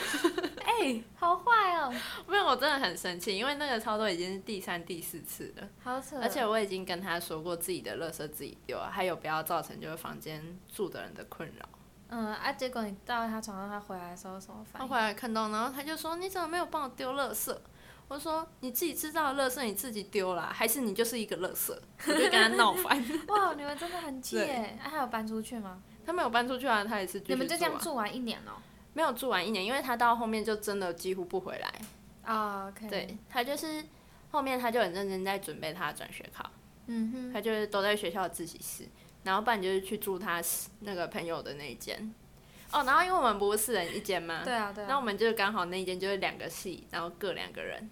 Speaker 1: 哎、好坏哦，
Speaker 2: 没有，我真的很生气，因为那个操作已经是第三、第四次了，
Speaker 1: 好扯。
Speaker 2: 而且我已经跟他说过自己的垃圾自己丢啊，还有不要造成就是房间住的人的困扰。
Speaker 1: 嗯啊，结果你到他床上，他回来的时候什么反
Speaker 2: 他
Speaker 1: 应？
Speaker 2: 回来看到，然后他就说：“你怎么没有帮我丢垃圾？”我说：“你自己知道垃圾，你自己丢啦，还是你就是一个垃圾？”我就跟他闹
Speaker 1: *laughs*
Speaker 2: 翻。
Speaker 1: 哇，你们真的很气
Speaker 2: 对
Speaker 1: 耶！啊，还有搬出去吗？
Speaker 2: 他没有搬出去啊，他也是、继续
Speaker 1: 你们就这样
Speaker 2: 住啊，
Speaker 1: 住完一年哦、
Speaker 2: 没有住完一年，因为他到后面就真的几乎不回来。
Speaker 1: 啊、OK。
Speaker 2: 哦对，他就是后面他就很认真在准备他的转学考，
Speaker 1: 嗯哼。
Speaker 2: 他就是都在学校的自习室，然后不然就是去住他那个朋友的那一间。哦，然后因为我们不是四人一间嘛，
Speaker 1: 对啊，对
Speaker 2: 那
Speaker 1: 啊
Speaker 2: 我，们就是刚好那一间就是两个系，然后各两个人。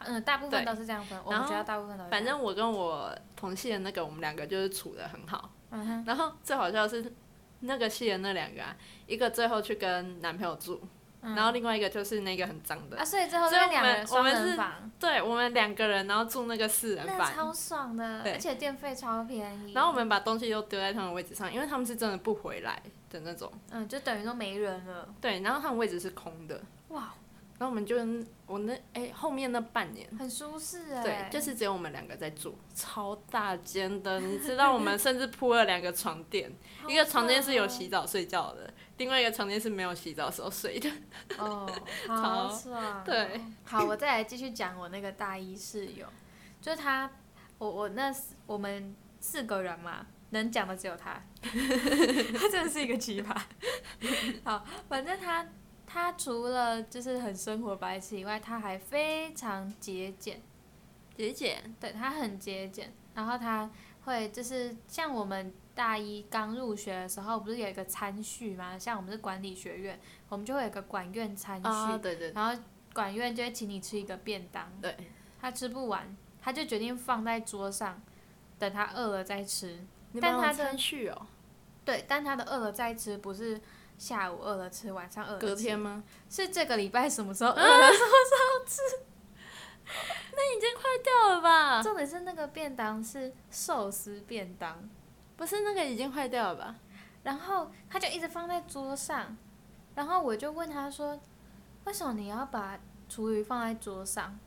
Speaker 1: 嗯，大部分
Speaker 2: 对
Speaker 1: 都是这样分，我
Speaker 2: 然
Speaker 1: 们
Speaker 2: 后
Speaker 1: 学校大部分都是这样。
Speaker 2: 反正我跟我同系的那个，我们两个就是处的很好。
Speaker 1: 嗯哼，
Speaker 2: 然后最好笑的是那个系的那两个啊，一个最后去跟男朋友住，
Speaker 1: 嗯
Speaker 2: 然后另外一个就是那个很脏的。
Speaker 1: 啊，所以最后
Speaker 2: 所以
Speaker 1: 那
Speaker 2: 我
Speaker 1: 两个人
Speaker 2: 们
Speaker 1: 双
Speaker 2: 我们是
Speaker 1: 人房，
Speaker 2: 对我们两个人，然后住那个四人
Speaker 1: 那
Speaker 2: 房。
Speaker 1: 超爽的，
Speaker 2: 对
Speaker 1: 而且电费超便宜。
Speaker 2: 然后我们把东西都丢在他们位置上，因为他们是真的不回来的那种。
Speaker 1: 嗯，就等于说没人了，
Speaker 2: 对，然后他们位置是空的。
Speaker 1: 哇，
Speaker 2: 然后我们就我那哎后面那半年，
Speaker 1: 很舒适哎。
Speaker 2: 对，就是只有我们两个在住，超大间的，你知道我们甚至铺了两个床垫，
Speaker 1: 好
Speaker 2: 一个床间
Speaker 1: 爽
Speaker 2: 是有
Speaker 1: 哦
Speaker 2: 洗澡睡觉的，另外一个床间是没有洗澡时候睡的。 *laughs*
Speaker 1: 哦，
Speaker 2: 超
Speaker 1: 好爽。
Speaker 2: *laughs* 对，
Speaker 1: 好，我再来继续讲我那个大一室友，就是他，我我那四我们四个人嘛，能讲的只有他， *laughs* 他真的是一个奇葩。好，反正他他除了就是很生活白痴以外，他还非常节俭，
Speaker 2: 姐姐，
Speaker 1: 对他很节俭，然后他会就是像我们大一刚入学的时候，不是有一个参序吗？像我们是管理学院，我们就会有一个管院参序，
Speaker 2: 啊，对对
Speaker 1: 然后管院就会请你吃一个便当，
Speaker 2: 对，
Speaker 1: 他吃不完，他就决定放在桌上，等他饿了再吃。
Speaker 2: 你
Speaker 1: 但
Speaker 2: 们有
Speaker 1: 他的
Speaker 2: 餐序哦，
Speaker 1: 对，但他的饿了再吃不是下午饿了吃，晚上饿了吃
Speaker 2: 隔天啊吗？
Speaker 1: 是这个礼拜什么时候饿了什么时
Speaker 2: *laughs* 掉了吧
Speaker 1: 候。？重点是那个便当是寿司便当，
Speaker 2: 不是那个已经坏掉了吧？
Speaker 1: 然后他就一直放在桌上，然后我就问他说，为什么你要把厨余放在桌上？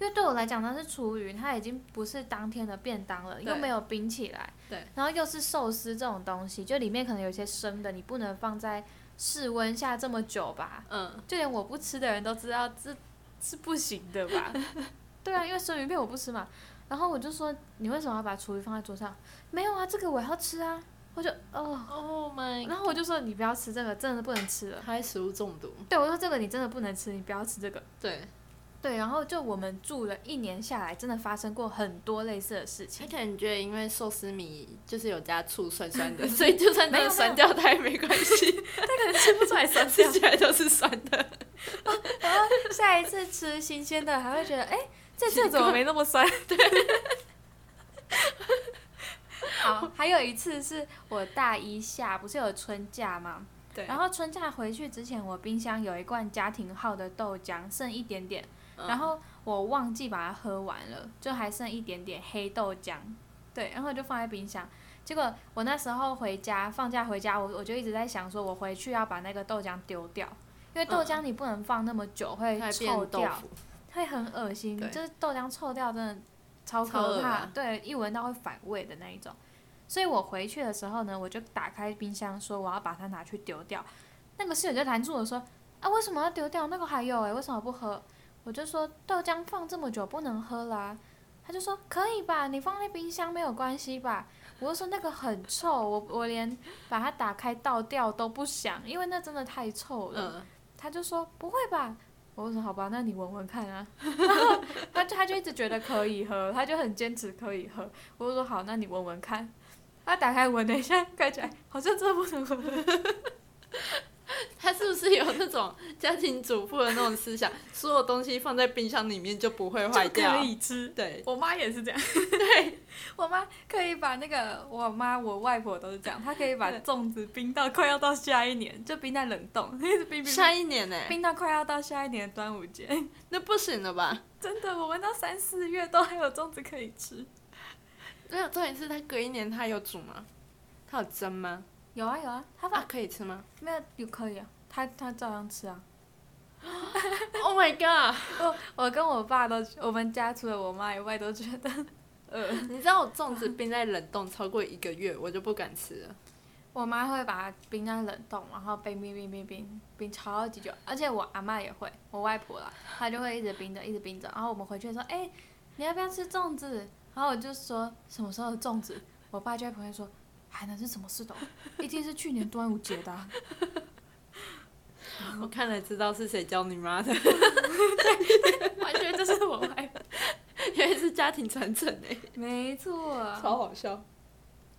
Speaker 1: 因为对我来讲它是厨余，它已经不是当天的便当了，又
Speaker 2: 对
Speaker 1: 没有冰起来，
Speaker 2: 对，
Speaker 1: 然后又是寿司这种东西，就里面可能有一些生的，你不能放在室温下这么久吧？
Speaker 2: 嗯，
Speaker 1: 就连我不吃的人都知道这是不行的吧？ *laughs* 对啊，因为生鱼片我不吃嘛。然后我就说，你为什么要把厨余放在桌上？没有啊，这个我要吃啊。我就哦，
Speaker 2: Oh my，
Speaker 1: 然后我就说你不要吃这个，真的不能吃了。
Speaker 2: 他还食物中毒。
Speaker 1: 对，我说这个你真的不能吃，你不要吃这个。
Speaker 2: 对，
Speaker 1: 对，然后就我们住了一年下来，真的发生过很多类似的事
Speaker 2: 而
Speaker 1: *laughs* 情。
Speaker 2: 且你觉得因为寿司米就是有加醋，酸酸 *laughs* 的，所以就算
Speaker 1: 没
Speaker 2: 它
Speaker 1: 有
Speaker 2: 酸掉它也没关系， *laughs*
Speaker 1: 吃不出来
Speaker 2: 吃起来都是酸的。
Speaker 1: 下 *laughs* 下一次吃新鲜的还会觉得，哎、这次怎么没那么酸？ *laughs* 对。好，还有一次是我大一下，不是有春假吗？
Speaker 2: 对，
Speaker 1: 然后春假回去之前，我冰箱有一罐家庭号的豆浆，剩一点点，
Speaker 2: 嗯
Speaker 1: 然后我忘记把它喝完了，就还剩一点点黑豆浆，对，然后就放在冰箱。结果我那时候回家，放假回家，我我就一直在想说，我回去要把那个豆浆丢掉，因为豆浆你不能放那么久，会
Speaker 2: 嗯它会
Speaker 1: 臭
Speaker 2: 变豆
Speaker 1: 掉，
Speaker 2: 腐，
Speaker 1: 会很恶心
Speaker 2: 对，
Speaker 1: 就是豆浆臭掉真的超
Speaker 2: 超
Speaker 1: 可
Speaker 2: 恶
Speaker 1: 怕，
Speaker 2: 啊
Speaker 1: 对，一闻到会反胃的那一种。所以我回去的时候呢，我就打开冰箱说我要把它拿去丢掉。那个室友就拦住我说：“啊，为什么要丢掉？那个还有诶、欸为什么不喝？”我就说豆浆放这么久不能喝啦。他就说可以吧，你放在冰箱没有关系吧。我就说那个很臭，我我连把它打开倒掉都不想，因为那真的太臭了。
Speaker 2: 嗯，
Speaker 1: 他就说不会吧，我说好吧，那你闻闻看啊。 *laughs* 然后他就他就一直觉得可以喝，他就很坚持可以喝。我就说好，那你闻闻看。他打开闻了一下，看起来好像真的不能喝。
Speaker 2: 他是不是有那种家庭主妇的那种思想，所有东西放在冰箱里面就不会坏
Speaker 1: 就可
Speaker 2: 掉？
Speaker 1: 以吃。
Speaker 2: 对，
Speaker 1: 我妈也是这样，对 *laughs* 我妈可以把那个我妈我外婆都是这样，她可以把
Speaker 2: 对
Speaker 1: 粽子冰到快要到下一年，就冰在冷冻，一直冰冰冰
Speaker 2: 下一年呢、
Speaker 1: 冰到快要到下一年的端午节。
Speaker 2: 那不行了吧？
Speaker 1: 真的，我们到三四月都还有粽子可以吃。
Speaker 2: 没有，重点是他隔一年他有煮吗？他有蒸吗？
Speaker 1: 有啊有啊，她放
Speaker 2: 啊，可以吃吗
Speaker 1: 没有，也可以啊，他他照样吃啊。
Speaker 2: *laughs* ？Oh my god！
Speaker 1: 我我跟我爸都，我们家除了我妈以外都觉得，呃，
Speaker 2: 你知道我粽子冰在冷冻超过一个月，我就不敢吃了。
Speaker 1: 我妈会把它冰在冷冻，然后冰冰冰冰冰冰超级久，而且我阿嬷也会，我外婆啦，她就会一直冰着，一直冰着。然后我们回去说，哎、你要不要吃粽子？然后我就说什么时候的粽子？我爸就在旁边说，还能是什么事的？一定是去年端午节的啊、
Speaker 2: *laughs* 我看来知道是谁教你妈的， *laughs*
Speaker 1: 完全就是我外婆。
Speaker 2: 原来是家庭传承哎、
Speaker 1: 没错啊，
Speaker 2: 超好笑。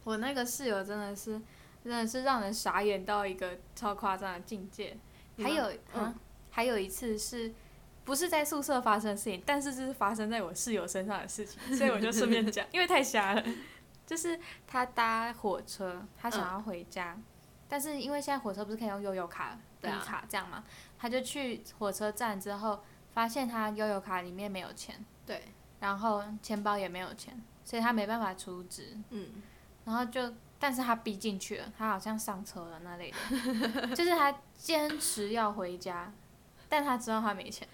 Speaker 1: 我那个室友真的是，真的是让人傻眼到一个超夸张的境界。
Speaker 2: 你
Speaker 1: 还
Speaker 2: 吗
Speaker 1: 有，
Speaker 2: 嗯
Speaker 1: 啊还有一次是，不是在宿舍发生的事情，但是这是发生在我室友身上的事情，所以我就顺便讲，因为太瞎了。就是他搭火车，他
Speaker 2: 嗯
Speaker 1: 想要回家，但是因为现在火车不是可以用悠游卡、绿
Speaker 2: 对啊
Speaker 1: 卡这样嘛，他就去火车站之后，发现他悠游卡里面没有钱，
Speaker 2: 对，
Speaker 1: 然后钱包也没有钱，所以他没办法储值。
Speaker 2: 嗯，
Speaker 1: 然后就，但是他逼进去了，他好像上车了那类的， *laughs* 就是他坚持要回家，但他知道他没钱。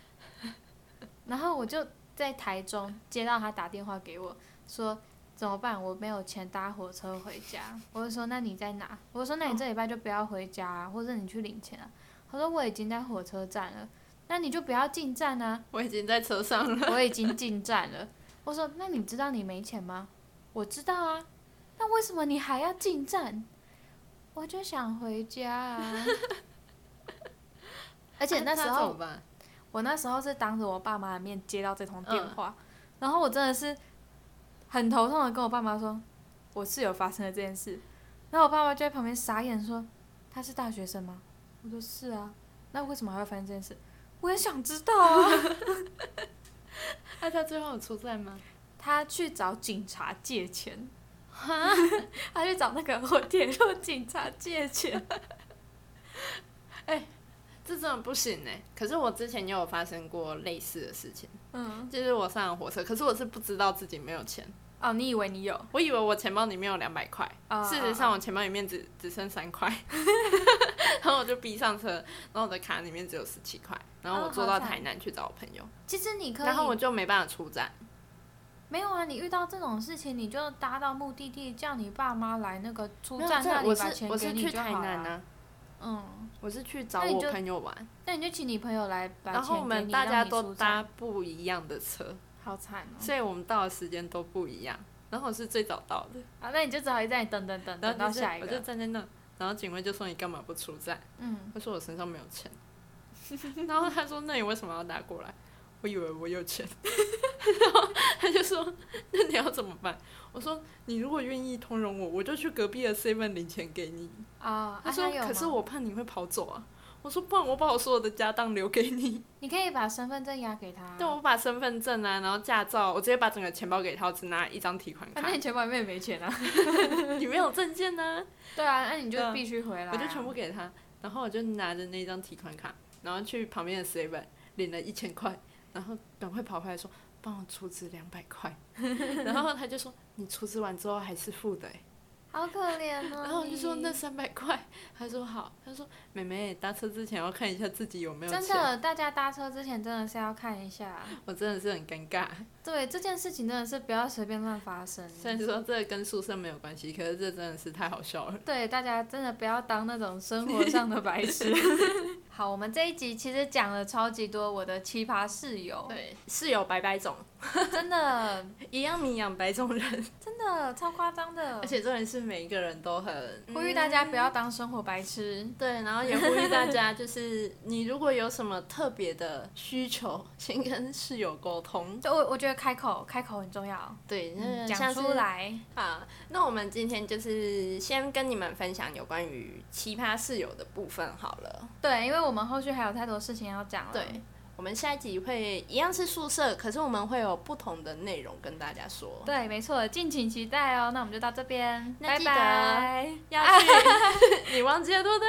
Speaker 1: 然后我就在台中接到他打电话给我说怎么办，我没有钱搭火车回家。我就说那你在哪？我就说那你这礼拜就不要回家、啊，或者你去领钱啊。他说我已经在火车站了，那你就不要进站啊。
Speaker 2: 我已经在车上了。
Speaker 1: 我已经进站了。我说：“那你知道你没钱吗？”我知道啊。那为什么你还要进站？我就想回家啊。而
Speaker 2: 而 *laughs*
Speaker 1: 且那时候
Speaker 2: 怎么办？
Speaker 1: 我那时候是当着我爸妈的面接到这通电话，然后我真的是很头痛的跟我爸妈说，我室友发生了这件事，然后我爸妈就在旁边傻眼说，他是大学生吗？我说是啊，那为什么还会发生这件事？我也想知道啊。
Speaker 2: 那、他最后有出站吗？
Speaker 1: 他去找警察借
Speaker 2: *laughs*
Speaker 1: 钱，他去找那个火铁路警察借钱，
Speaker 2: 这真的不行哎、可是我之前也有发生过类似的事情，
Speaker 1: 嗯，
Speaker 2: 就是我上了火车，可是我是不知道自己没有钱，
Speaker 1: 哦，你以为你有？
Speaker 2: 我以为我钱包里面有两百块，
Speaker 1: 啊
Speaker 2: 事实上，我钱包里面只只剩三 *laughs* 块，然后我就逼上车，然后我的卡里面只有十七块，然后我
Speaker 1: 哦
Speaker 2: 坐到
Speaker 1: 好惨
Speaker 2: 台南去找我朋友，
Speaker 1: 其实你可以，
Speaker 2: 然后我就没办法出站。
Speaker 1: 没有啊，你遇到这种事情，你就搭到目的地，叫你爸妈来那个出
Speaker 2: 没有
Speaker 1: 站
Speaker 2: 这
Speaker 1: 那
Speaker 2: 我
Speaker 1: 里把
Speaker 2: 是
Speaker 1: 钱
Speaker 2: 我
Speaker 1: 给
Speaker 2: 是
Speaker 1: 你
Speaker 2: 去
Speaker 1: 就
Speaker 2: 台
Speaker 1: 好
Speaker 2: 南啊
Speaker 1: 了。
Speaker 2: 呢，
Speaker 1: 嗯，
Speaker 2: 我是去找
Speaker 1: 那你
Speaker 2: 我
Speaker 1: 就
Speaker 2: 朋友玩，
Speaker 1: 那你就请你朋友来把
Speaker 2: 然后
Speaker 1: 钱
Speaker 2: 我
Speaker 1: 给
Speaker 2: 们
Speaker 1: 你，
Speaker 2: 大
Speaker 1: 让
Speaker 2: 家
Speaker 1: 你
Speaker 2: 都
Speaker 1: 出站
Speaker 2: 搭，不一样的车，
Speaker 1: 好惨哦。
Speaker 2: 所以我们到的时间都不一样，然后我是最早到的，
Speaker 1: 啊，那你就只好在那里等等等
Speaker 2: 然
Speaker 1: 等
Speaker 2: 后
Speaker 1: 到
Speaker 2: 就是
Speaker 1: 下一
Speaker 2: 我就
Speaker 1: 个。
Speaker 2: 站在那，然后警卫就说你干嘛不出站？
Speaker 1: 嗯，
Speaker 2: 他说我身上没有钱，然后他说那你为什么要拿过来？我以为我有钱， *laughs* 然后他就说那你要怎么办？我说你如果愿意通融我，我就去隔壁的 seven 领钱给你。
Speaker 1: 啊，啊
Speaker 2: 他说
Speaker 1: 有
Speaker 2: 可是
Speaker 1: 吗
Speaker 2: 我怕你会跑走啊。我说不然我把我所有的家当留给你，
Speaker 1: 你可以把身份证押给他。啊
Speaker 2: 对，我把身份证啊，然后驾照，我直接把整个钱包给他，我只拿一张提款
Speaker 1: 反
Speaker 2: 卡
Speaker 1: 正，啊你钱包里面也没钱啊。
Speaker 2: 你没有证件呢、
Speaker 1: 对啊，那你就
Speaker 2: *laughs* 对啊
Speaker 1: 必须回来啊、
Speaker 2: 我就全部给他，然后我就拿着那张提款卡，然后去旁边的 seven 领了一千块，然后赶快跑回来说帮我出资两百
Speaker 1: *laughs*
Speaker 2: 块，然后他就说你出资完之后还是付的欸、
Speaker 1: 好可怜哦。
Speaker 2: 然后我就说
Speaker 1: 你
Speaker 2: 那三百块，他说好，他说妹妹搭车之前要看一下自己有没有
Speaker 1: 真
Speaker 2: 钱，
Speaker 1: 的，大家搭车之前真的是要看一下。
Speaker 2: 我真的是很尴尬。
Speaker 1: 对这件事情真的是不要随便乱发生。
Speaker 2: 虽然说这跟宿舍没有关系，可是这真的是太好笑了。
Speaker 1: 对，大家真的不要当那种生活上的白痴。
Speaker 2: *laughs*
Speaker 1: 好，我们这一集其实讲了超级多我的奇葩室友，
Speaker 2: 对，室友百百种，
Speaker 1: 真的
Speaker 2: 一样米养百种人， *laughs*
Speaker 1: 真的超夸张的
Speaker 2: 而。且重点是每一个人都很
Speaker 1: 呼吁大家不要当生活白痴。
Speaker 2: 对，然后也呼吁大家，就是你如果有什么特别的需求，先跟室友沟通。
Speaker 1: 就我我觉得开口开口很重要，
Speaker 2: 对，那
Speaker 1: 嗯
Speaker 2: 像
Speaker 1: 讲
Speaker 2: 是
Speaker 1: 出来。
Speaker 2: 啊。那我们今天就是先跟你们分享有关于奇葩室友的部分好了。
Speaker 1: 对，因为我们后续还有太多事情要讲了。
Speaker 2: 对，我们下一集会一样是宿舍，可是我们会有不同的内容跟大家说。
Speaker 1: 对，没错，敬请期待哦。那我们就到这边，
Speaker 2: 那
Speaker 1: 拜
Speaker 2: 记得
Speaker 1: 拜。
Speaker 2: 要去，你忘记了对不对？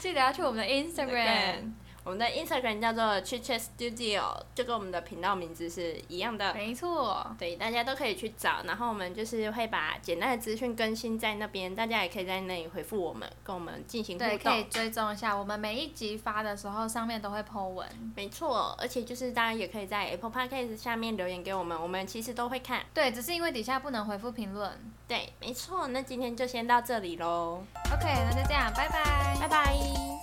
Speaker 1: 记得要去我们的 Instagram，
Speaker 2: 我们的 Instagram 叫做 c h i c h Studio，就跟我们的频道名字是一样的。
Speaker 1: 没错，
Speaker 2: 对，大家都可以去找，然后我们就是会把简单的资讯更新在那边，大家也可以在那里回复我们，跟我们进行
Speaker 1: 对，
Speaker 2: 互
Speaker 1: 可以
Speaker 2: 动。
Speaker 1: 追踪一下。我们每一集发的时候，上面都会 po 文。
Speaker 2: 没错，而且就是大家也可以在 Apple Podcast 下面留言给我们，我们其实都会看。
Speaker 1: 对，只是因为底下不能回复评论。
Speaker 2: 对，没错，那今天就先到这里喽，
Speaker 1: OK，那就这样，拜拜
Speaker 2: 拜拜。